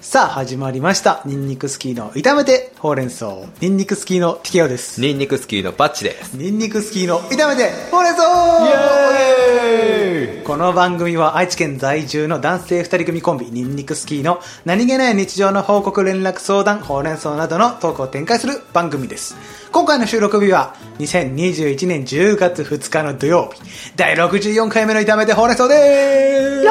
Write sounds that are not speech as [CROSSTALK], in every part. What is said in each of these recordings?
さあ始まりましたニンニクスキーの炒めてほうれん草ニンニクスキーの TKO ですニンニクスキーのバッチです。ニンニクスキーの炒めてほうれん草この番組は愛知県在住の男性2人組コンビニンニクスキーの何気ない日常の報告連絡相談ほうれん草などのトークを展開する番組です今回の収録日は2021年10月2日の土曜日第64回目の炒めてほうれん草です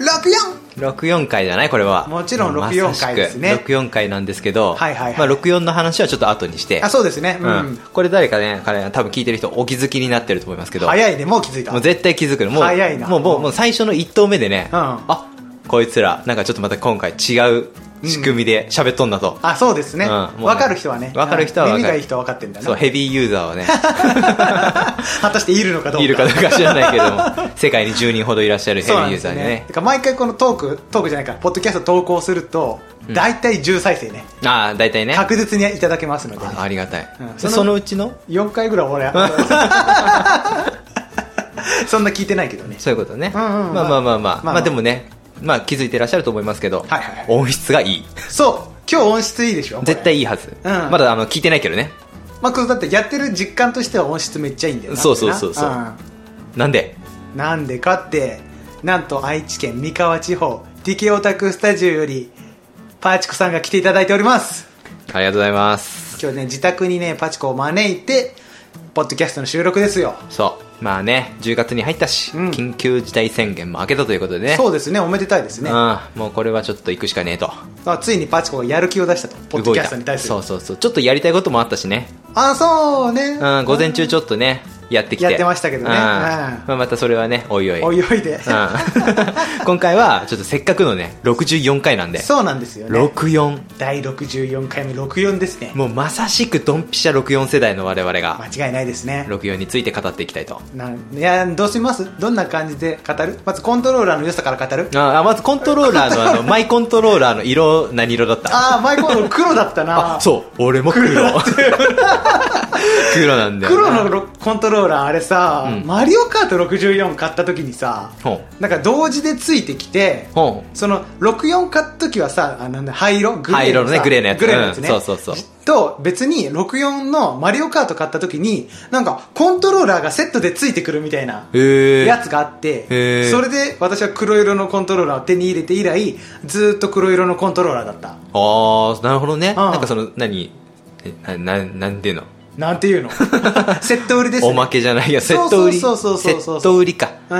64 64回じゃないこれは。もちろんもうまさし64回くですね64回なんですけど、はいはいはいまあ64の話はちょっと後にして、あそうですねうん、うん。これ誰かね、彼多分聞いてる人お気づきになってると思いますけど、早いねもう気づいたもう絶対気づくの。もう、早いなもう、もうもう最初の1投目でね、うんあ、こいつら、なんかちょっとまた今回違う仕組みで喋っとんだと。あそうですね、うんわもうかる人はねわかる人はわかる耳がいい人は分かってんだそう、なヘビーユーザーはね、果たしているのかどうかいるかどうか知らないけど [LAUGHS] も、世界に10人ほどいらっしゃるヘビそうなんーユでーすザーよにねねて。か毎回このトークトークじゃないからポッドキャスト投稿すると、うん大体10再生ねああ、大体ね。確実にいただけますのであありがたい、うんそのそのうちの4回ぐらい俺 [LAUGHS] そんな聞いてないけどねそういうことね、うんうんうんまあまあまあまあ、まあまあでもねまあ気づいてらっしゃると思いますけど、はいはいはい音質がいいそう今日音質いいでしょこれ絶対いいはず、うんまだあの聞いてないけどねまあこれだってやってる実感としては音質めっちゃいいんだよなそうそうそうそうんなんでなんでかってなんと愛知県三河地方 TK オタクスタジオよりパチコさんが来ていただいておりますありがとうございます今日ね自宅にねパチコを招いてポッドキャストの収録ですよ、そうまあね10月に入ったし、うん緊急事態宣言も明けたということでねそうですねおめでたいですね、うん、もうこれはちょっと行くしかねえとあついにパチコがやる気を出したとポッドキャストに対する動いたそうそうそうちょっとやりたいこともあったしね、あそうね、うん、午前中ちょっとねやってきてやってましたけどねううんんまあ、またそれはねおいおいおいおいで、うん [LAUGHS] 今回はちょっとせっかくのね64回なんで、そうなんですよね64第64回目64ですねもうまさしくドンピシャ64世代の我々が間違いないですね64について語っていきたいとなんいやどうしますどんな感じで語るまずコントローラーの良さから語るああまずコントローラーの [LAUGHS] あのマイコントローラーの色何色だったああマイコール黒だったなあそう俺も黒 [LAUGHS] 黒なんだよ黒なのロコントローラーあれさ、うんマリオカート64買った時にさほうなんか同時でついてきてほその64買った時はさあなんだ灰色グレー灰色のねさグレーのやつグレーのやつね、うんそうそうそうと別に64のマリオカート買った時になんかコントローラーがセットでついてくるみたいなうへえやつがあって、へーそれで私は黒色のコントローラーを手に入れて以来ずーっと黒色のコントローラーだったああなるほどねなんかその何えなななんていうのなんて [LAUGHS] いうのセット売りですねおまけじゃないやセそうそットう売りセそうそうそうそうット売りかう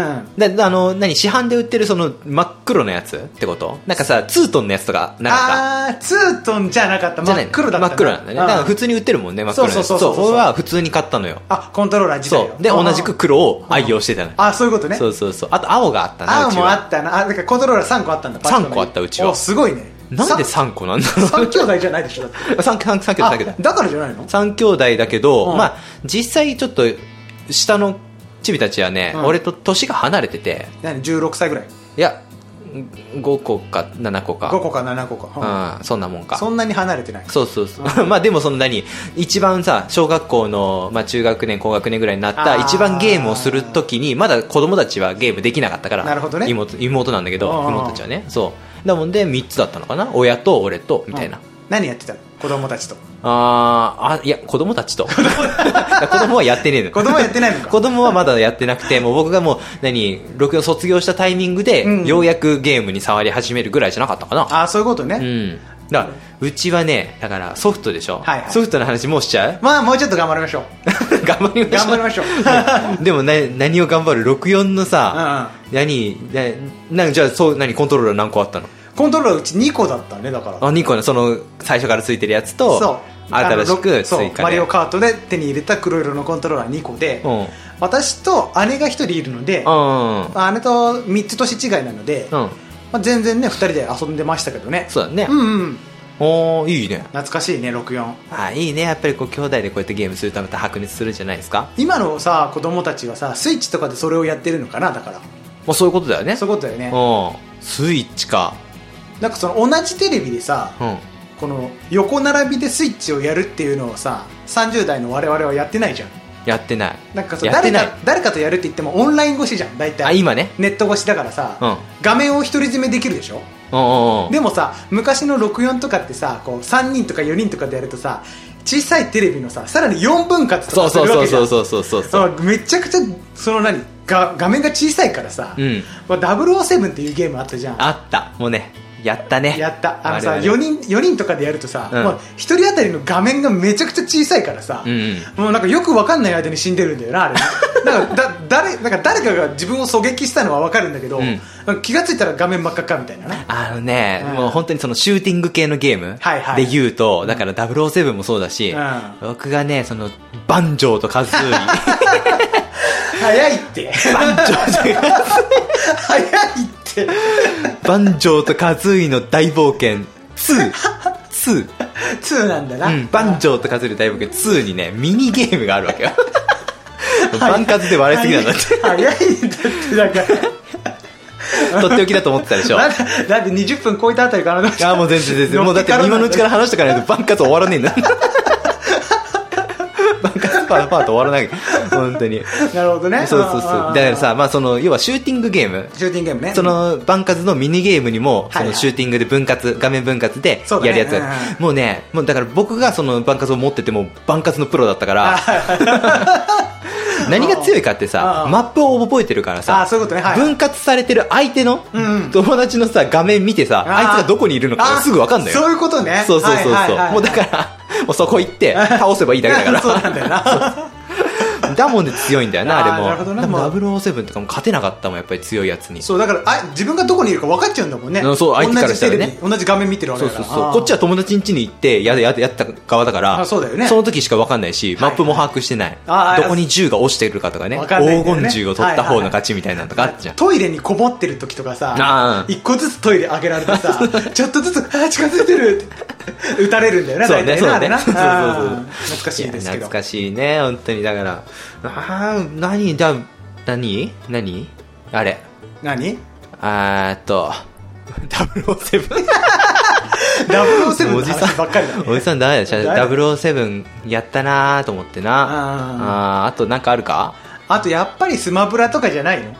んだあの何市販で売ってるその真っ黒のやつってことなんかさツートンのやつとかなかったああーツートンじゃなかったじ真ゃないっの黒だった真っ黒なんだよね。だから普通に売ってるもんね、真っ黒のやつそうそうそうそう俺は普通に買ったのよ。あコントローラー自体をそう。で、うん同じく黒を愛用してたのよ。あそういうことねそうそうそう。あと青があったな、青うちもあは。ったなあだからコントローラー3個あったんだパチコの三個あったうちはおすごいねなんでさ3個なんだ [LAUGHS] ろ三兄弟じゃないでしょだってう。三三三兄 [LAUGHS] 弟だけどあ。だからじゃないの三兄弟だけど、うんまあ、実際ちょっと、下のチビたちはね、うん俺と年が離れてて、何16歳ぐらいいや、5個か7個5か。個か7個か、うん、そんなもんうんか。そんなに離れてないそうそうそう。 [LAUGHS] まあでもその何、一番さ、小学校の、まあ中学年、高学年ぐらいになっあた、ー一番ゲームをするときに、まだ子供たちはゲームできなかったから、なるほどね妹妹なんだけどうんう、ん妹たちはね。そう。だもんで、3つだったのかな親と俺と、みたいな。うん何やってたの子供たちとあーあ、いや、子供たち [LAUGHS] と。子供はやってねえの。子供はやってないのか子供はまだやってなくて、もう僕がもう、何、録音卒業したタイミングで、うんようやくゲームに触り始めるぐらいじゃなかったかな。ああそういうことね、うん。だから、うちはね、だからソフトでしょ、はいはいソフトの話もうしちゃう [LAUGHS] まあもうちょっと頑張りましょう頑張りまし頑ょ張りましょううう。でもな、何を頑張る ?64 のんさ、うん何、な、なじゃあ、そう、何、コントローラー何個あったのコントローラーうち2個だったねだからあ、2個の、その、最初からついてるやつと、そう新しあのくろそう追加マリで。オカートで手に入れた黒色のコントローラー2個で、うん。うん。私と姉が1人いるので、姉と3つ年違いなので、うまん。あ、全然ね2人で遊んでましたけどねそうだね。うんうんおー、いいね。懐かしいね64あ、いいね。やっぱりこう、兄弟でこうやってゲームするとまた白熱するじゃないですか。今のさ子供たちはさスイッチとかでそれをやってるのかなだからまあ、そういうことだよね。そういうことだよねうん。スイッチか。なんかその同じテレビでさうん。この横並びでスイッチをやるっていうのをさ30代の我々はやってないじゃんやってない。なんかそうやっ誰てないか誰かとやるって言ってもオンライン越しじゃん大体あ、今ね。ネット越しだからさ、うん画面を独り占めできるでしょおーでもさ昔の64とかってさこう3人とか4人とかでやるとさ小さいテレビのささらに4分割とそうかするそうわそけうじゃそんうそうそうそうそうそうめちゃくちゃその何が画面が小さいからさ、うんまあ、007っていうゲームあったじゃんあったもうねやったねやったあのさ我4々人 ,4 人とかでやるとさ、うんもう1人当たりの画面がめちゃくちゃ小さいからさ、うんうんもうなんかよくわかんない間に死んでるんだよなあれなんかだ誰なんか誰かが自分を狙撃したのはわかるんだけど、うんなんか気がついたら画面真っ赤っかみたいなねあのね、うんもう本当にそのシューティング系のゲームはいはいで言うと、だから007もそうだし、うん僕がね、その、バンジョーとカズー [LAUGHS] イ、早いってバンジョーと早いってバンジョーとカズーイの大冒険2、2、 2なんだな、うん、バンジョーとカズーイの大冒険2にね、ミニゲームがあるわけよ。バンカズで笑いすぎなんだって、早い早いんだってなんかとっておきだと思ってたでしょ。だってだって20分超えたあたりかなと思っいてや、もう全然全然。もうだって今のうちから話しとかないとバンカツ終わらねえんだ。バンカツパラパラと終わらない。本当に。なるほどねそうそうそう。だんんんからさ、まあその、要はシューティングゲーム。シューティングゲームねその、バンカツのミニゲームにも、はいそはいのシューティングで分割、画面分割でそうだねやるやうんうつん。もうね、もうだから僕がそのバンカツを持ってても、バンカツのプロだったから、何が強いかってうんさう、んマップを覚えてるからあさあ、そういうことねはい分割されてる相手のうんうん友達のさ、画面見てさ、あーあいつがどこにいるのかあすぐわかんないよ。そういうことねそうそうそうそう、はいはいはいもうだからもうそこ行って倒せばいいだけだか [LAUGHS] そうなんだよならだもんで強いんだよなあーあれもなるほどねでもまあ007とかも勝てなかったもんやっぱり強いやつにそそうだからあ自分がどこにいるか分かっちゃうんだもんねうんそう相手からしたらね同じテレビ同じ画面見てるわけうだかそらうそうこっちは友達ん家に行ってやややった側だからあそうだよねの時しか分かんないしマップも把握してない、あーどこに銃が落ちてくるかとかねわかんないん黄だよね金銃を取った方の勝ちみたいなのとかあったじゃん、トイレにこもってる時とかあさあ一個ずつトイレ開けられて [LAUGHS] さちょっとずつあー近づいてるって撃たれるんだよねそうね大体なそうねあれなそうそうそうそうあー懐かしいですけやど懐かしいね本当にだからああ何だ何何あれ何あーっと、007? 007おのじさ話んばっかりだねおじさんだめだよ。誰007やったなーと思ってな。あーあとなんかあるかあとやっぱりスマブラとかじゃないの語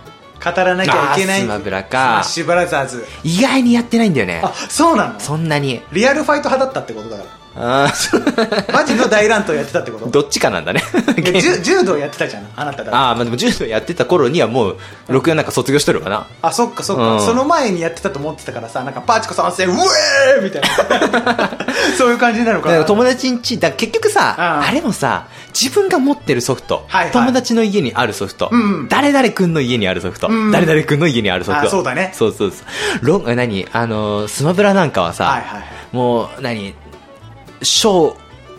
らなきゃいけないあースマブラかスマッシュブラザーズ意外にやってないんだよねあ。そうなのそんなに。リアルファイト派だったってことだかあー [LAUGHS] そうらマジの大乱闘やってたってこと [LAUGHS] どっちかなん [LAUGHS] だね。いや柔柔道やってたじゃんあなただってああ、まあでも柔道やってた頃にはもう、64なんか卒業しとるかな。あそっかそっか、うんその前にやってたと思ってたからさなんかパチコ参戦ウェーみたいな [LAUGHS] そういう感じになるのかだかなら友達んち、だから結局さ、うんあれもさ、自分が持ってるソフト、はいはい友達の家にあるソフト、うん誰々くんの家にあるソフト、うん誰々くんの家にあるソフト。あそうだねそうそうそう。ロン、え何あのー、スマブラなんかはさ、はいはいはいもう、何小、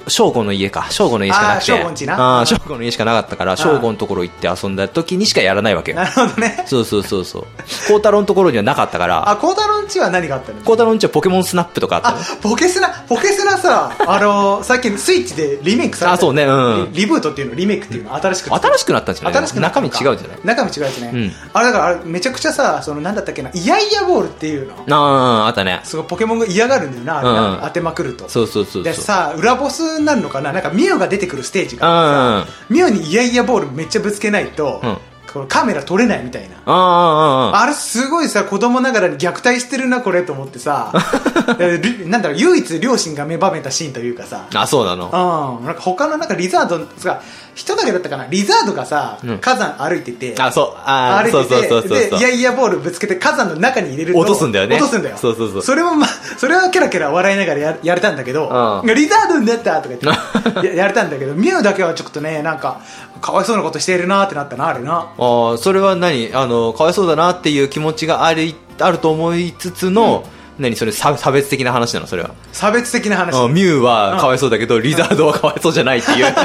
正吾の家か。正吾の家しかなくて。あー正吾んちなあー正吾の家しかなかったから、正吾のところ行って遊んだ時にしかやらないわけよな。るほどねそうそうそうそう。孝太郎のところにはなかったから、あ孝太郎んちは何があったの孝太郎んちはポケモンスナップとかあったのあポケスナポケスナさあのさっきスイッチでリメイクされたあそうねうんリリブートっていうのリメイクっていうの新しく新しくなったんじゃない新しくなった中身の違かうじゃない中身違うやつね、うんあれだからあれめちゃくちゃさそのなんだったっけなイヤイヤボールっていうのああ、あったね。すごいポケモンが嫌がるんだよな、あれなうんうん当てまくるとそうそうそうそう。でさ裏ボスになるのかななんかミュウが出てくるステージうん。があミュウにイヤイヤボールめっちゃぶつけないと、うんこのカメラ撮れないみたいなあ、ああ、あれすごいさ子供ながらに虐待してるなこれと思って [LAUGHS] さでりなんだろう唯一両親が芽生めたシーンというかさあそうなの。うん、なんか他のなんかリザードつか人だけだったかなリザードがさ、うん火山歩いててあ、そう、あ歩あ、いそうそうてそうそうてでそうイ。ヤイヤボールぶつけて火山の中に入れると落とすんだよね落とすんだよそうそうそうれもまあそれはキャラキャラ笑いながらややれたんだけど、うんリザードになったとか言 [LAUGHS] ってややれたんだけどミュウだけはちょっとねなんかかわいそうなことしてるなってなったなあれなああ、それは何あの、かわいそうだなっていう気持ちがある、あると思いつつの、何それ差差別的な話なのそれは。差別的な話あミュウはかわいそうだけど、リザードはかわいそうじゃないっていう。 [LAUGHS]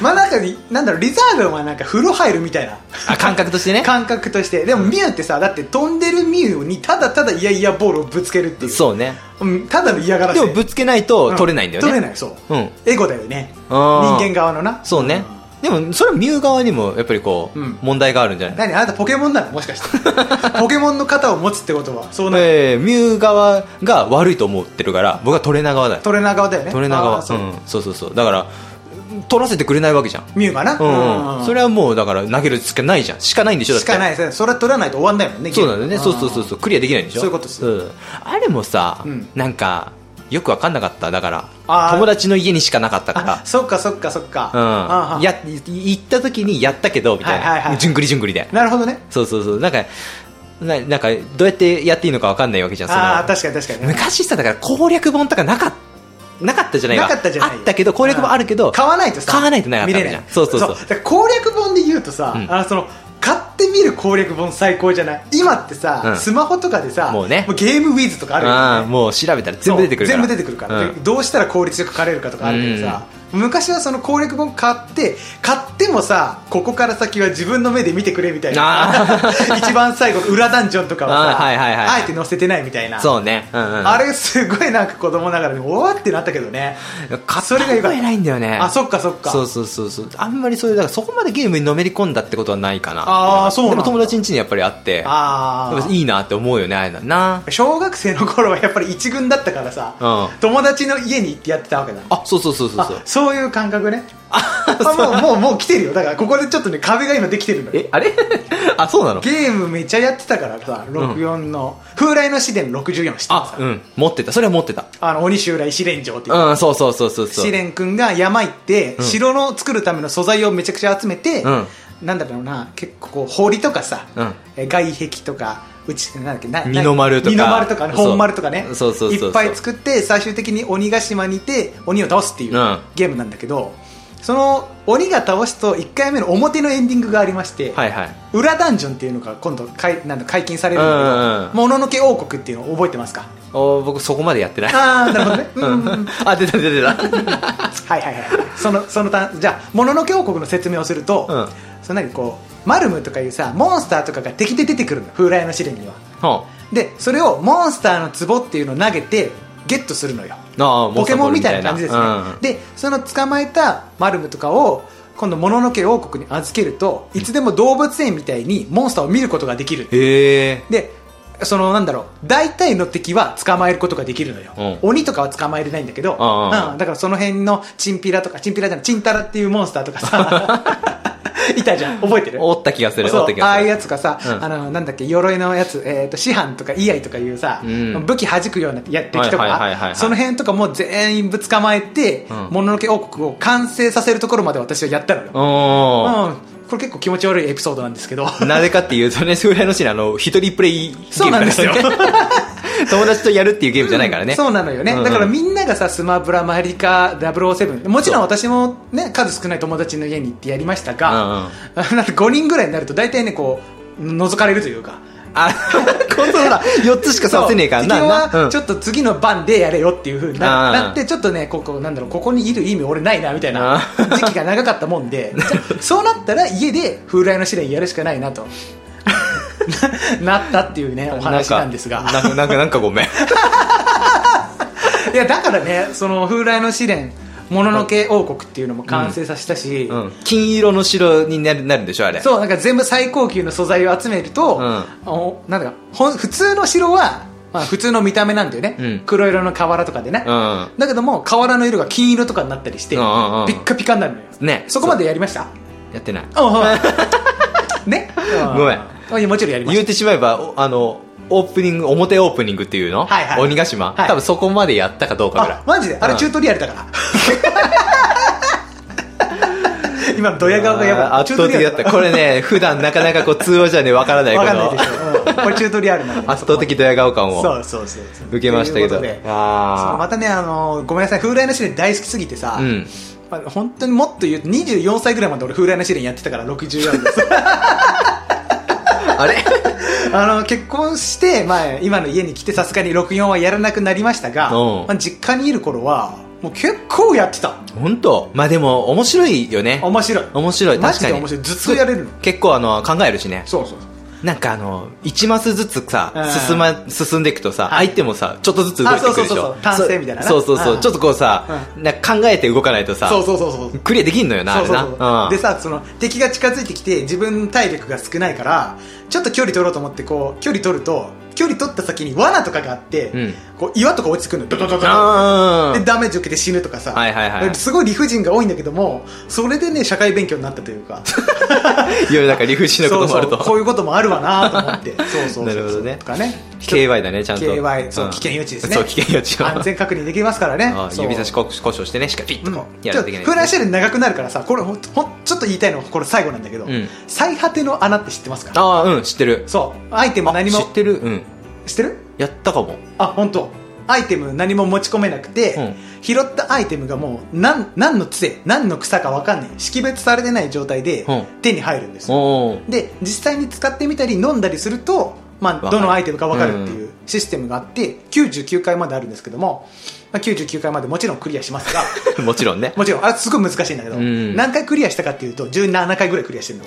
まあなんかになんだろうリザードはなんか風呂入るみたいなあ感覚としてね。感覚としてでもミュウってさだって飛んでるミュウにただただイヤイヤボールをぶつけるっていうそうね。うん、ただの嫌がらせでもぶつけないと取れないんだよね。取れないそう、うんエゴだよね人あー間側のなそうね。でも、それはミュウ側にも、やっぱりこう、うん問題があるんじゃな [LAUGHS] い何あなたポケモンなのもしかして [LAUGHS] ポケモンの型を持つってことはそうなる、えー、ミュウ側が悪いと思ってるから僕はトレーナー側だよトレーナー側だよねトレーナー側あそう、うんそうそうそうだから取らせてくれないわけじゃんミュウがな、うん、それはもうだから投げるしかないじゃんしかないんでしょだっしてかないですねそれ取らないと終わんないもんねそうなんだよゲねーそムうそうそうそうクリアできないんでしょそういうことですんあれもさ、うんなんかよく分かんなかっただかあらー友達の家にしかなかったかあそっかそっかそっか、あら、あうん、や行った時にやったけどみたいな、はいはいはいじゅんぐりじゅんぐりでなるほどねそうそうそうなんかななんかどうやってやっていいのか分かんないわけじゃんそのああ確かに確かにね昔さだから攻略本とかなかっなかったじゃないわなかったじゃないあったけど攻略本あるけど買わないとさ買わないとなかった見われけないじゃんそうそうそうだから攻略本で言うとさ、うんあのその買ってみる攻略本最高じゃない今ってさ、うんスマホとかでさもうねゲームウィズとかあるよねあーもう調べたら全部出てくるからそう全部出てくるから、うんでどうしたら効率よく買えるかとかあるけどさ、昔はその攻略本買って買ってもさここから先は自分の目で見てくれみたいな [LAUGHS] 一番最後の裏ダンジョンとかはあさーはいはいはいあえて載せてないみたいなそうね、うんうん、あれすごいなんか子供ながらにおわってなったけどね買ったそれが良かった覚えないんだよねあそっかそっかそうそうそうそうあんまりそういうだからそこまでゲームにのめり込んだってことはないかなあーそうなんでだも友達ん家にやっぱりあってあやっあぱいいなって思うよねああいうのはな小学生の頃はやっぱり一軍だったからさ、うん友達の家に行ってやってたわけだあそうそうそうそうそうあそういう感覚ねあもうもうもう来てるよだからここでちょっとね壁が今できてるのよえあれ [LAUGHS] あそうなのゲームめっちゃやってたからさ64の、風来の試練64知ってますあうん持ってたそれは持ってたあの鬼襲来試練場っていう、うんそうそうそうそうそう試練くんが山行って、ん城の作るための素材をめちゃくちゃ集めて、うんなんだろうな結構こう堀とかさ、うんえ外壁とかうちなんだっけな二の丸とか二の丸とかねそう本丸とかねそうそうそうそうっぱい作って最終的に鬼ヶ島にいて鬼を倒すっていう、うんゲームなんだけどその鬼が倒すと1回目の表のエンディングがありまして、はいはい裏ダンジョンっていうのが今度かいなんだ解禁されるんうんうんだうけんどもののけ王国っていうの覚えてます [LAUGHS] かお僕そこまでやってないああなるほどねううんうんんうん [LAUGHS] あ出た出たは出たいはいはいそのそのたじゃあもののけ王国の説明をすると、うんそのなにこうマルムとかいうさモンスターとかが敵で出てくるの風来の試練にはほでそれをモンスターの壺っていうのを投げてゲットするのようあーポケモンみたいな感モじンスですタね、ーボールみたいなうんでその捕まえたマルムとかを今度もののけ王国に預けるといつでも動物園みたいにモンスターを見ることができるへえでそのなんだろう大体の敵は捕まえることができるのよ、う鬼とかは捕まえれないんだけど、うんうんうんだからその辺のチンピラとかチンピラじゃないチンタラっていうモンスターとか [LAUGHS] さいたじゃん覚えてるおった気がするそおうった気あがあすいうるやつがさ、うんあのなんだっけ鎧のやつ、えー、と師範とかイアイとかいうさ、うん武器弾くようなや敵とはいはいはいはいはかいその辺とかも全員ぶつかまえてうんもの、のけ王国を完成させるところまで私はやったのよ、おおーうんこれ結構気持ち悪いエピソードなんですけどなぜかっていうとね、それぐらいのシーン、あの、一人プレイゲームそうなんですよだ [LAUGHS] からね友達とやるっていうゲームじゃないからね。そうなのよね、うんうんだからみんながさスマブラマリカ007もちろん私もね数少ない友達の家に行ってやりましたが、 [LAUGHS] なんか5人ぐらいになると大体ねこう覗かれるというかあ、今度ほら、4つしかさせねえからそうな。敵はなちょっと次の番でやれよっていうふうにあなーなってちょっとねここなんだろうここにいる意味俺ないなみたいなあー時期が長かったもん [LAUGHS] でじゃあそうなったら家で風来の試練やるしかないなと [LAUGHS] ななったっていうねお話なんですがなんか、なんか、なんかごめん。いやだからねその風来の試練もののけ王国っていうのも完成させたし、うん金色の城になるなるんでしょ、あれ。そうなんか全部最高級の素材を集めると、うんあのなんだかほん普通の城は、まあ、普通の見た目なんだよね、うん黒色の瓦とかでね、うん。だけども瓦の色が金色とかになったりして、うんうんうんピッカピカになるのよ、ねそこまでやりましたやってない。おうお [LAUGHS] うねごめんめんもちろんやりまし言たうてしまえば、おあの、オープニング、表オープニングっていうのはいはい鬼ヶ島。はい多分そこまでやったかどうかぐらあい。マジであれチュートリアルだ [LAUGHS] から、今のドヤ顔がやばいあー圧倒的だった。これね、普段なかなかこう通話じゃね、わからないこわかんないのでしょ、うんこれチュートリアルなんでね、圧倒的ドヤ顔感を。そうそうそうそう受けましたけどということであーそうまたねあのーごめんなさい風来の試練大好きすぎてさ、うんまあ、本当にもっと言うと24歳ぐらいまで俺風来の試練やってたから64です [LAUGHS] あれあの結婚して、まあ、今の家に来てさすがに64はやらなくなりましたが、うんまあ、実家にいる頃はもう結構やってた本当まあでも面白いよね面白い面白いマ確ジでかに面白い頭痛やれるの結構あの考えるしねそうそうそうなんかあの1マスずつさうん進,、ま、進んでいくとさ、はい相手もさちょっとずつ動いてくるでしあそうそうそうそょう単性みたいななそうそうそううんちょっとこうさ、なんか考えて動かないとさそうそうそうそうクリアできんのよなあそうそれうなそうでさその敵が近づいてきて自分の体力が少ないからちょっと距離取ろうと思ってこう距離取ると距離取った先に罠とかがあって、うんこう岩とか落ちてくるのドドドドドあでーダメージ受けて死ぬとかさ、はいはいはいすごい理不尽が多いんだけどもそれでね社会勉強になったという [LAUGHS] かいろいろなんか理不尽なこともあるそうそうことういうこともあるわなと思って [LAUGHS] そうそうそうそうなるほどねとかね KY だねちゃんと KY そうん危険予知ですねそう危険予知を安全確認できますからねあーそう指差し故障してねしっかりピッうとんこうちやょらっとなきゃいけないフラッシュで長くなるからさこれほんほんちょっと言いたいのがこれ最後なんだけど、うん最果ての穴って知ってますかああうん知ってるそうアイテム何も知ってるうん知ってるやったかもあ本当アイテム何も持ち込めなくて、うん拾ったアイテムがもう何何の杖何の草か分かんない識別されてない状態でうん手に入るんですよ、おおで実際に使ってみたり飲んだりすると、まあ、るどのアイテムか分かるっていうシステムがあって、99回まであるんですけども、まあ、99回までもちろんクリアし [LAUGHS] ますがもちろんねもちろんあれすごい難しいんだけど、うん何回クリアしたかっていうと17回ぐらいクリアしてるの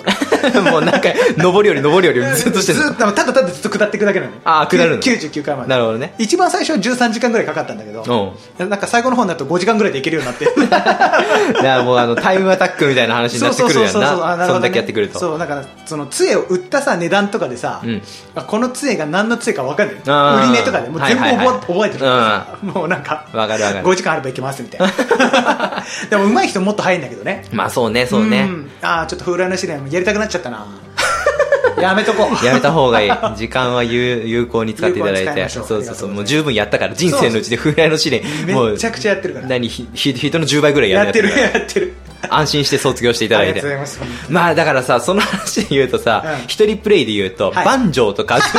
俺もうなんか上りより上りよりずっとしてるずっとただただずっと下っていくだけなのあー下るの99回までなるほどね一番最初は13時間ぐらいかかったんだけど、うんなんか最後の方になると5時間ぐらいでいけるようになって。だからもうあのタイムアタック [LAUGHS] みたいな話になってくるやんあななるそほんどねだけやってくるとそう、だから、その杖を売ったさ、値段とかでさ、うんあこの杖が何の杖か分かんあない。ー売り値とかで、もう全部はいはいはい覚え覚えてるからさ、もうなんか、わかるわかる5時間あればいけますみたいな。 [LAUGHS] でも、上手い人もっと早いんだけどね。まあそうねそうねんああ、ちょっと風来の試練もやりたくなっちゃったな。やめとこう。 [LAUGHS] やめた方がいい時間は有有効に使っていただ有効いに使いましてょそうあうそうりがとそううございますもう十分やったから人生のうちで風来の試練もうめちゃくちゃやってるから。何ひひ人の10倍ぐらいややっるやてる、つだからやってる。安心して卒業していたあだりいがとうございまてす。まあだからさその話で言うとさうん一人プレイで言うとはいバンジョーとか [LAUGHS] 帰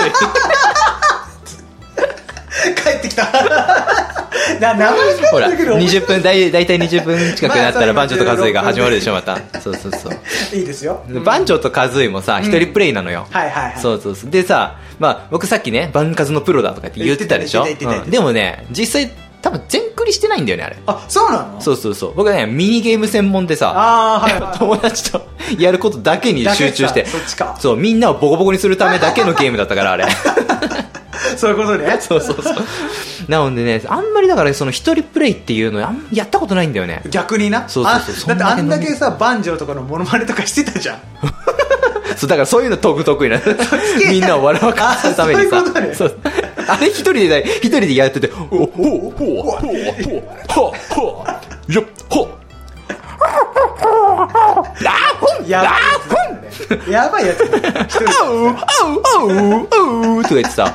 ってきた。 [LAUGHS] な名前ほらだけど20分だい大体20分近くになったらまあ番長とカズイがそうだね始まるでしょまたそうそうそう [LAUGHS] いいですよ。番長とカズイもさ一人プレイなのよはいはいはい。そうそうそうでさまあ僕さっきねバンカズのプロだとかって言ってたでしょ言ってた言ってた言ってた言ってたうんでもね実際多分全クリしてないんだよねあれあ、そうなのそうそうそう僕ねミニゲーム専門でさああ、はいはい、友達とやることだけに集中してだけさそっちかそうみんなをボコボコにするためだけのゲームだったからあれ [LAUGHS] そういうことね。そうそうそうなのでねあんまりだからその一人プレイっていうのあんやったことないんだよね逆にな。そうそうそうあだってあんだけそさ、バンジョーとかのモノマネとかしてたじゃん。そうだからそういうの得得意なみんなを笑わかすためにあさそういうことねそうあれ一人でね一人でやってて「おおおおおおおよっほやばいやつだね、やばいやつだね。一人でおおおおお」とか言ってさ「は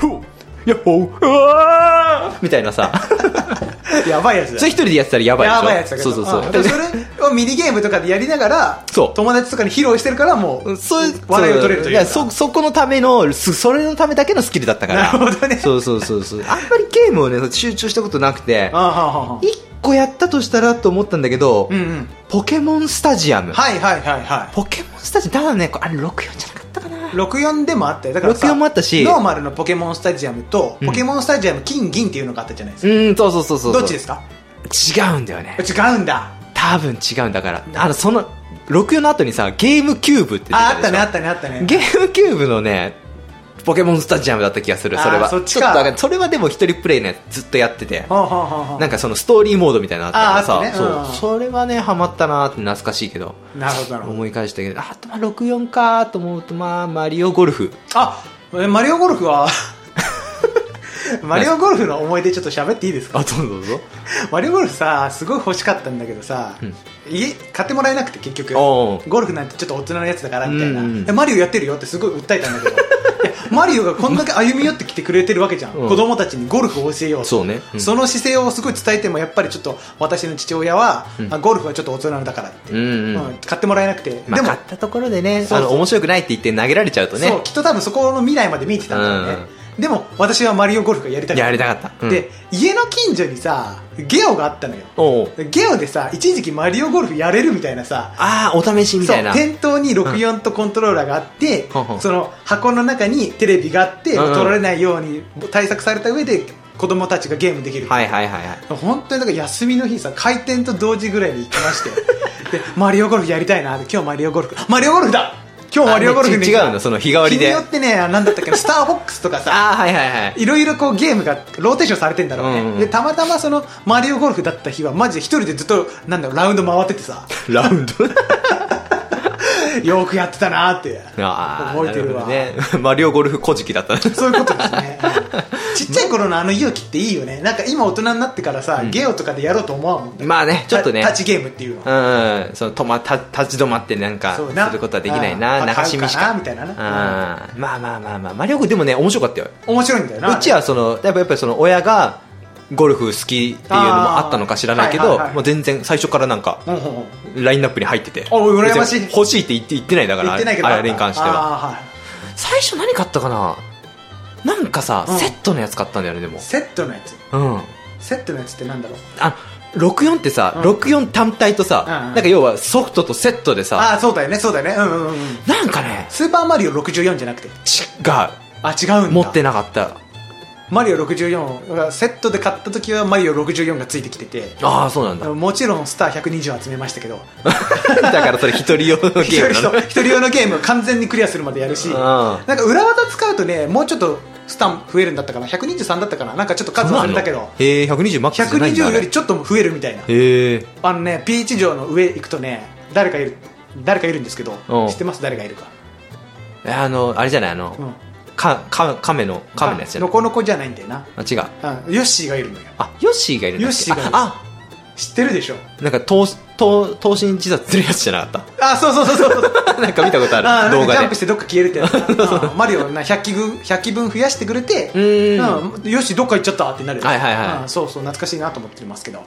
ほやっほうわー」みたい [LAUGHS] なさやばいやつだそれね。一人でやってたらやばいでしょやばいやつだけそどうそうそうあでもそれをミニゲームとかでやりながらそう友達とかに披露してるからもうそういう笑いを取れるというかそそこのためのそそれのためだけのスキルだったからなるほどねそうそうそうそうあんまりゲームをね集中したことなくてあははは一個やったとしたらと思ったんだけど、うんうんポケモンスタジアムはいはいはいはポケモンスタジアムただねこれあれ64じゃなかったかない64でもあったよだからさ64もあったしノーマルのポケモンスタジアムとうんポケモンスタジアム金銀っていうのがあったじゃないですうか、ーんそうそうそうそうどっちですかす違うんだよね違うんだ多分違うんだからあのその64の後にさゲームキューブって出ああたっでたねしょあったねあったねゲームキューブのねポケモンスタジアムだった気がするそれあはーそっちかょっとだらそれはでも一人プレイねずっとやっててほうほうほうほうなんかそのストーリーモードみたいなのあったあーあかっらたさ、ねうんそうそれはねハマったなーって懐かしいけどなるほどなるほど思い返したけどあとまあ64かーと思うとまあマリオゴルフあえマリオゴルフは [LAUGHS] マリオゴルフの思い出ちょっと喋っていいですかあどうぞどうぞ [LAUGHS] マリオゴルフさすごい欲しかったんだけどさ、うん家買ってもらえなくて結局おうゴルフなんてちょっと大人のやつだからみたいな、うんうんえマリオやってるよってすごい訴えたんだけ [LAUGHS] どいやマリオがこんだけ歩み寄ってきてくれてるわけじゃん、うん子供たちにゴルフを教えようとそうねうんその姿勢をすごい伝えてもやっぱりちょっと私の父親は、うんあゴルフはちょっと大人だからって、うんうん、うん買ってもらえなくて、まであ、も買ったところでそねうそうあの面白くないって言って投げられちゃうとねそうきっと多分そこの未来まで見えてたんだよね、でも私はマリオゴルフがやりたかったやりたかった、うんで家の近所にさゲオがあったのよおうでゲオでさ一時期マリオゴルフやれるみたいなさああお試しみそたういな店頭に64とコントローラーがあって、ほんほんその箱の中にテレビがあって、うんうん取られないように対策された上で子供たちがゲームできる、はいはいはいはい本当にだから休みの日さ開店と同時ぐらいに行きまして [LAUGHS] でマリオゴルフやりたいなで今日マリオゴルフマリオゴルフだ今日マリオゴルフあにち違うのその日替わり日にでよあってねあなんだったっけなスターフォックスとかさあーはいはいはいいろいろこうゲームがローテーションされてんだろうね、うんうんでたまたまそのマリオゴルフだ [LAUGHS] った日はマジで一人でずっとなんだろうラウンド回っててさラウンドよくやってたなってああ覚えてるわね [LAUGHS] マリオゴルフ古事記だったねそういうことですね、はいちっちゃい頃のあの勇気っていいよねなんか今大人になってからさ、ゲオとかでやろうと思わんもんね [LAUGHS] まあねちょっとねタタッチゲームっていうのうんうんその止また立ち止まってなんかすそうなることはできないなあー流し見し買うかかなみたいなうんまあまあまあまあマリオゴルフでもね面白かったよ面白いんだよなうちはそのやっぱやっぱりその親がゴルフ好きっていうのもあったのか知らないけあーはどいはいはいもう全然最初からなんかうんうんうんラインナップに入っててお羨ましい別に欲しいって言って言ってないだから言ってないけどあれに関してはあーはい最初何買ったかななんかさ、うんセットのやつ買ったんだよねでもセットのやつうんセットのやつってなんだろうあ64ってさ、うん64単体とさ、うんうんなんか要はソフトとセットでさ、ああーそうだよねそうだよねうんうんうんなんかねスーパーマリオ64じゃなくてちがあ違うんだ持ってなかったマリオ64がセットで買った時はマリオ64がついてきててああそうなんだ [LAUGHS] もちろんスター120集めましたけどだからそれ一人用の一ゲー人ムなの一人一人用のゲームを完全にクリアするまでやるしうんなんか裏技使うとねもうちょっとスタン増えるんだったかな123だったかななんかちょっと数忘れたけそうなどのへえ120マックスじゃないんだ120あよれりちょっと増えるみたいなへえあのねピーチ城の上行くとね誰かいる誰かいるんですけどうん知ってます誰がいるかあのあれじゃないあの、うんかか亀の亀のやつじゃなノいコノコじゃないんだよなあ違ううんヨッシーがいるのよあヨッシーがいるんだっけヨッシーがいるあ知ってるでしょあなんか投投投身自殺するやつじゃなかっあそうそうそうそうた [LAUGHS] なんか見たことああーなんる動かジ画ャンでプしてどっか消えるってやつうんマリオな 100, 機分100機分増やしてくれてうーうんよしどっか行っちゃったってなるよはいはいはいうんそうそう懐かしいなと思ってますけど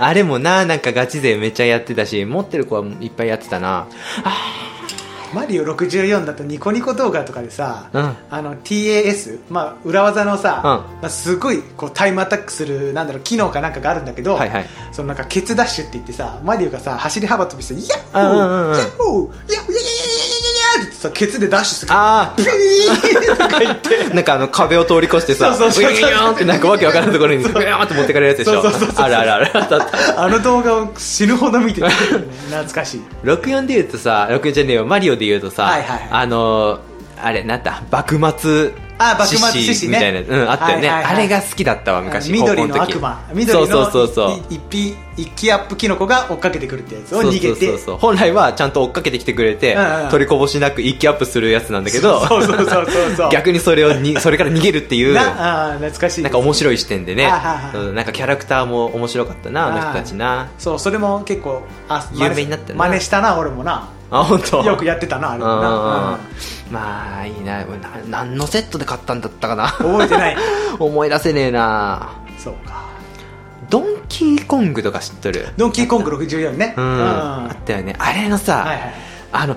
あれもななんかガチ勢めっちゃやってたし持ってる子はいっぱいやってたなマリオ64だとニコニコ動画とかでさ、うんあの TAS、まあ、裏技のさ、まあ、すごいこうタイムアタックするなんだろう機能かなんかがあるんだけど、はいはいそのなんかケツダッシュって言ってさマリオがさ走り幅跳びして「ヤッホーうんうんうヤッホーヤんッホーヤッヤッヤッヤッヤッヤッヤッ」ってさケツでダッシュするあピーンとか言ってあ [LAUGHS] なんかあの壁を通り越してさそうそうそうブヨーンってなんかわけわからんところにブヨーンって持ってかれるやつでしょそうそうそうそうあるあるあるあったあっ [LAUGHS] たあの動画を死ぬほど見てた、 [LAUGHS] 懐かしい64で言うとさ64じゃねえよマリオで言うとさ、はいはいはいあのーあれなんだ幕末あ幕末志士ねみたいな、うん、あったよね、はいはいはいあれが好きだったわ昔緑の高校時悪魔緑のそうそうそうそうい一匹一気アップキノコが追っかけてくるってやつを逃げてそうそうそうそう本来はちゃんと追っかけてきてくれて、うんうん取りこぼしなく一気アップするやつなんだけどそうそうそうそうそう [LAUGHS] 逆にそれをにそれから逃げるっていうななあー懐かしいんか面白い視点でねはいはいはいうんなんかキャラクターも面白かったなあの人たちなそうそれも結構あ真似有名になったな真似したな俺もなあ本当よくやってたなあれもな、うんまあいいなな何のセットで買ったんだったかな [LAUGHS] うん覚えてない思い出せねえなそうかドンキーコングとか知っとるドンキーコング64ねうん、はあったよねあれのさ、いはいあの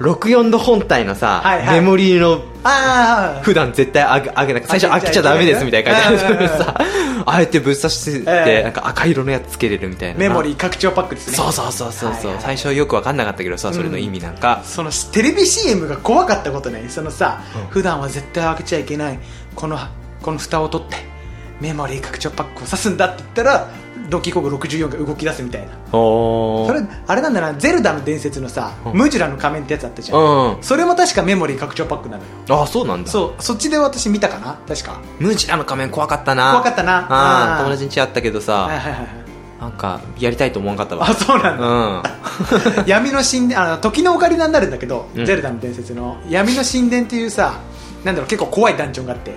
64の本体のさ、はいはいメモリーのああ普段絶対あげあげなく最初あ飽げちゃきちゃダメですみたいな書いてあるうんうんうんさあえてぶっ刺してて、ええなんか赤色のやつつけれるみたいなメモリー拡張パックですねそうそうそうそうそう、はいはい最初よく分かんなかったけどさそれの意味なんか、そのテレビ CM が怖かったことねそのさ、うん普段は絶対開けちゃいけないこのこの蓋を取ってメモリー拡張パックを刺すんだって言ったらドンキーコング64が動き出すみたいなおーそれあれなんだなゼルダの伝説のさ、うんムジュラの仮面ってやつあったじゃん、うんそれも確かメモリー拡張パックなのよあそうなんだそうそっちで私見たかな確かムジラの仮面怖かったな怖かったなあああー友達に家あったけどはいさはいはいはいなんかやりたいと思わんかったわあそうなんだ、 [LAUGHS] う闇の神殿あの時のオカリナになるんだけど、うんゼルダの伝説の闇の神殿っていうさなんだろう結構怖いダンジョンがあって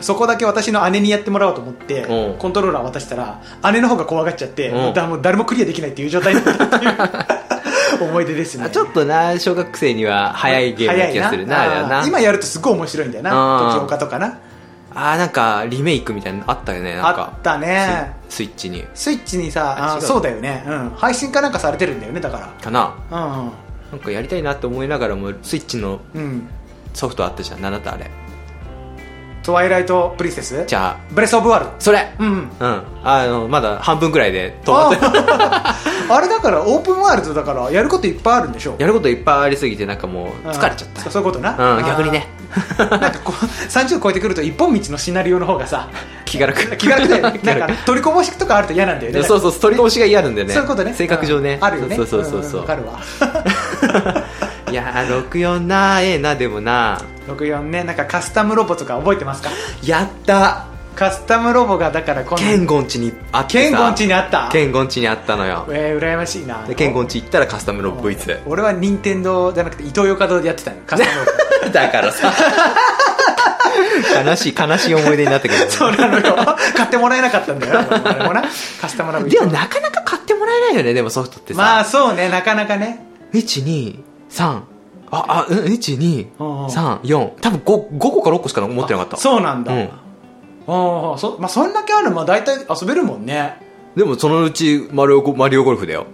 そこだけ私の姉にやってもらおうと思っておうコントローラー渡したら姉の方が怖がっちゃっておうもうだもう誰もクリアできないっていう状態になったっていう [LAUGHS] 思い出ですん、あねちょっとな小学生には早いゲームな気がするなあ早いれはなあー今やるとすごい面白いんだようなん時岡とかなあーなんかリメイクみたいなのあったよねなんあかったねススイッチにスイッチにあさあー違うそうだよね、うん、配信かなんかされてるんだよねだかかならうんうんなんかやりたいなって思いながらもスイッチのうんソフトあったじゃん何だったあれトワイライトプリンセスじゃあブレス・オブ・ワールそれドうんうんあのまだ半分くらいで止まってあー [LAUGHS] あれだからオープンワールドだからやることいっぱいあるんでしょやることいっぱいありすぎてなんかもううん疲れちゃったそうそういうことなうん逆にねあーなんかこう30超えてくると一本道のシナリオの方がさ気が楽気軽で [LAUGHS] 気がなん楽か取りこぼしとかあると嫌なんだよねそうそう取りこぼしが嫌なんだよねそういうことね性格上ねうんあるよねそうそうそうそんう、わかるわ [LAUGHS] いやー64なええなでもな64ねなんかカスタムロボとか覚えてますかやったカスタムロボがだから今ケンゴンチにあってさケンゴンチにあったケンゴンチにあったのよえー、羨ましいなでケンゴンチ行ったらカスタムロボ V ツー俺は任天堂じゃなくてイトーヨーカドーでやってたのカスタムロボ [LAUGHS] だからさ悲しい悲しい思い出になったけ [LAUGHS] ど、そうなのよ買ってもらえなかったんだよ俺もなカスタムロボでもなかなか買ってもらえないよねでもソフトってさ、まあそうねなかなかね123ああうんうんうん1234多分 5, 5個か6個しか持ってなかったそうなんだ、うんああそ,、まあ、そんだけあるまあ大体遊べるもんねでもそのうちマリオゴマリオゴルフ [LAUGHS] だよ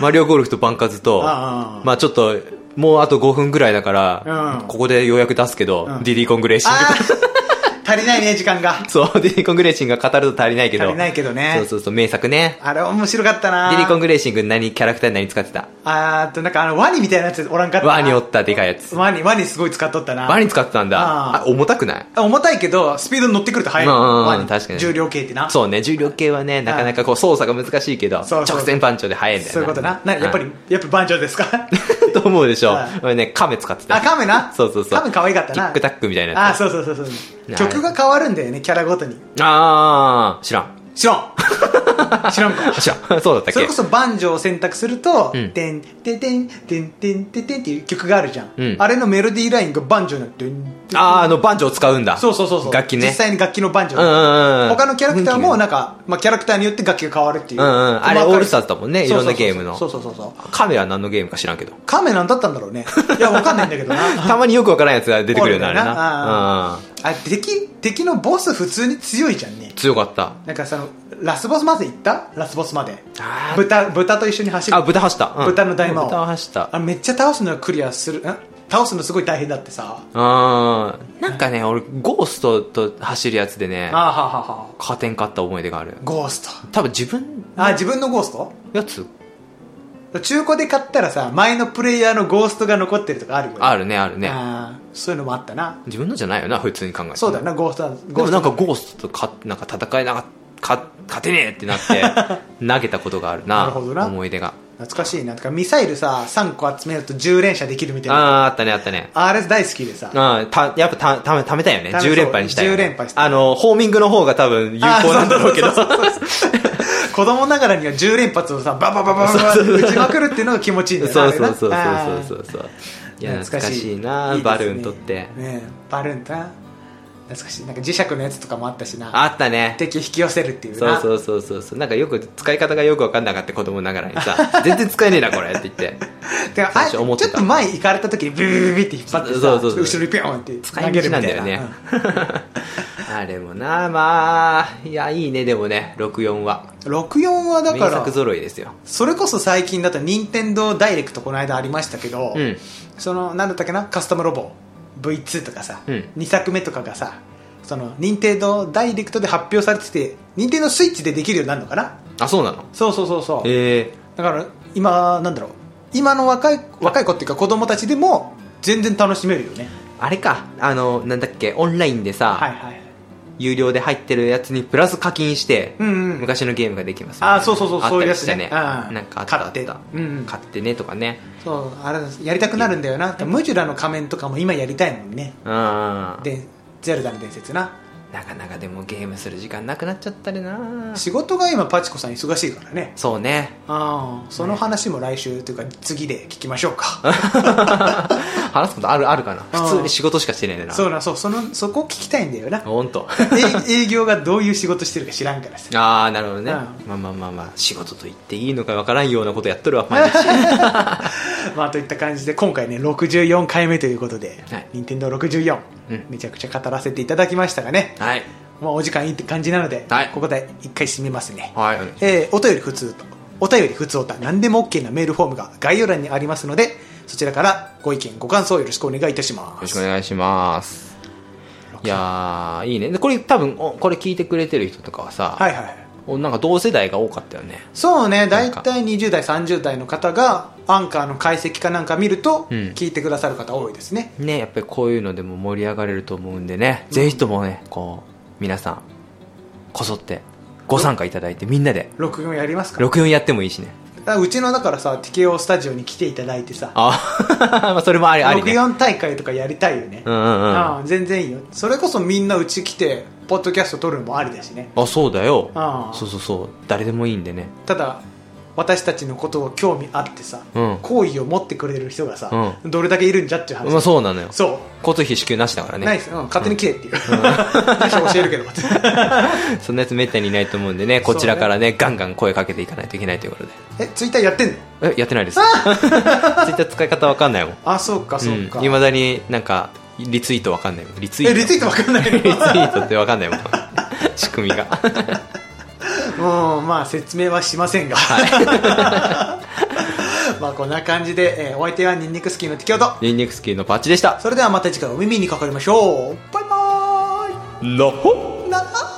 マリオゴルフとバンカズとああまあちょっともうあと5分ぐらいだから、うんここでようやく出すけど、うんディディコングレーシンあグ [LAUGHS] ー足りないね時間がそうディディコングレーシングが語ると足りないけど足りないけどねそうそうそう名作ねあれ面白かったデなィディコングレーシング何キャラクターに何使ってたあーっとなんかあのワニみたいなやつおらんかったなワニおったでかいやつワニワニすごい使っとったなワニ使ってたんだああ重たくないあ重たいけどスピードに乗ってくると速い、うんうんうんワニ確かに重量系ってなそうね重量系はねなかなかこう操作が難しいけどそうそう直線番長で速いんだよそういうことななやっぱり、やっぱ番長です [LAUGHS] かうんと思うでしょはい俺ねカメ使ってたあカメなそうそうそうカメ可愛かったなティックタックみたいなやあーつそうそうそうそうい曲が変わるんだよねキャラごとにああ知らん知らん [LAUGHS] 知らんか知らん [LAUGHS] そうだったっそれけこそバンジョーを選択すると「うんてんてんてんてんてんてんてん」っていう曲があるじゃん、うんあれのメロディーラインがバンジョーになってんあああのバンジョー使うんだそうそうそうそう楽器ね実際に楽器のバンジョー、うんうんうん他のキャラクターもなんか、まあ、キャラクターによって楽器が変わるっていう、うんうんあ細れかいオールスターズだもんそねうそうそういろんなゲームのそうそうそうそうカメは何のゲームか知らんけどカメなんだったんだろうねいやわかんないんだけどなたまによくわからんやつ [LAUGHS] が出てくるようになるおるんだよななうんあ敵敵のボス普通に強いじゃんね強かったなんかそのラスボスまで行ったラスボスまであー豚豚と一緒に走るあ豚走ったうん豚の大魔王豚を走ったあめっちゃ倒すのはクリアするん倒すのすごい大変だってさあーなんかね俺ゴーストと走るやつでねあははは加点買った思い出があるゴースト多分自分あ自分のゴーストやつ中古で買ったらさ前のプレイヤーのゴーストが残ってるとかあるよねあるねあるねあーそういうのもあったな自分のじゃないよな普通に考えてそうだなゴーストはでゴーもスなトんかゴーストとかなんか戦えなかか勝てねえってなって [LAUGHS] 投げたことがあるななるほどな思い出が懐かしいなとかミサイルさ3個集めると10連射できるみたいあなああったねあったねあれ大好きでさあーたやっぱたためためたよねためそう10連敗にしたよ、ね、 10連敗したあのホーミングの方が多分有効なんだろうけどあそうそうそうそう子供ながらには10連発をさババババババって打ちまくるっていうのが気持ちいいんだよそなうそうそうそうあれな [LAUGHS] そうそうそういや懐かしいなですねバルーン取ってねえバルーンとな懐かしいなんか磁石のやつとかもあったしなあったね敵引き寄せるっていうそうなそうそうそうそうなんかよく使い方がよく分かんなかった子供ながらに [LAUGHS] さ全然使えねえなこれって言っててか最あ初ち思ょってたっと前行かれた時にビビビビビって引っ張ってさそうそうそう後ろにピョーンって使投いげ道るみなたんいなだよ [LAUGHS] ね、あれもなまあいやいいねでもね64はうん64はだ名から作揃いですよそれこそ最近だと任天堂ダイレクトこの間ありましたけど、うんそのなんだったっけなカスタムロボ V2 とかさ、うん2作目とかがさその任天堂ダイレクトで発表されてて任天堂スイッチでできるようになるのかなあそうなのそうそうそうそうえだから今なんだろう今の若い若い子っていうか子供たちでも全然楽しめるよねー、あれかあのなんだっけオンラインでさ、はいはい有料で入ってるやつにプラス課金して、うんうん昔のゲームができますあーそうそうそうあったりそういうやつねしたねうんなんかあったあっ買ってたうんうん買ってねとかねそうあれやりたくなるんだよなムジュラの仮面とかも今やりたいもんねうんなでゼルダの伝説なかなかでもゲームする時間なくなっちゃったりな仕事が今パチコさん忙しいからねそうね [LAUGHS] ああその話も来週というか次で聞きましょうか話すことあるあるかなうん普通に仕事しかしてないんだなそうなそうそのそこ聞きたいんだよなほん [LAUGHS] とえ営業がどういう仕事してるか知らん [LAUGHS] からさああなるほどね、うんまあまあまあまあ仕事と言っていいのかわからんようなことやっとるわ毎 [LAUGHS] 日まあといった感じで今回ね64回目ということで、はい任天堂64、うんめちゃくちゃ語らせていただきましたがね、はいまあ、お時間いいって感じなので、はいここで一回締めますね、はいえーお便り普通とお便り普通おた何でも OK なメールフォームが概要欄にありますのでそちらからご意見ご感想よろしくお願いいたしますよろしくお願いしますいやーいいねでこれ多分おこれ聞いてくれてる人とかはさ、はいはいはいおなんか同世代が多かったよねそうねな大んか体20代30代の方がアンカーの解析かなんか見るとうん聞いてくださる方多いですね、ねやっぱりこういうのでも盛り上がれると思うんでね、ぜひともねこう皆さんこぞってご参加いただいてみんなで録音やりますか64やってもいいしねだからうちのだからさ TKO スタジオに来ていただいてさあ [LAUGHS] まあそれもありありね64大会とかやりたいよね、うんうんうんあうん全然いいよそれこそみんなうち来てポッドキャスト撮るのもありだしねそうだよあそうそうそう誰でもいいんでねただ私たちのことを興味あってさうん好意、を持ってくれる人がさ、どれだけいるんじゃっていう話、まあそうなのよそ交通費支給なしだからう、なねいです、うん、勝手に来てっていう、 [LAUGHS] 住所教えるけど [LAUGHS] ってそんなやつめったにいないと思うんでねこちらからねガンガン声かけていかないといけないということでえツイッターやってんのえやってないです [LAUGHS] ツイッター使い方わかんないもんあそうかそうか、いまだになんかリツイートわかんないもんリツイーえトリツイートわかんないのリツイートってわかんないもん仕組みが [LAUGHS] もうまあ説明はしませんが、 [LAUGHS] まあこんな感じで、えーお相手はニンニクスキーのティキオとニンニクスキーのパッチでしたそれではまた次回お耳にかかりましょうバイバーイのほなあ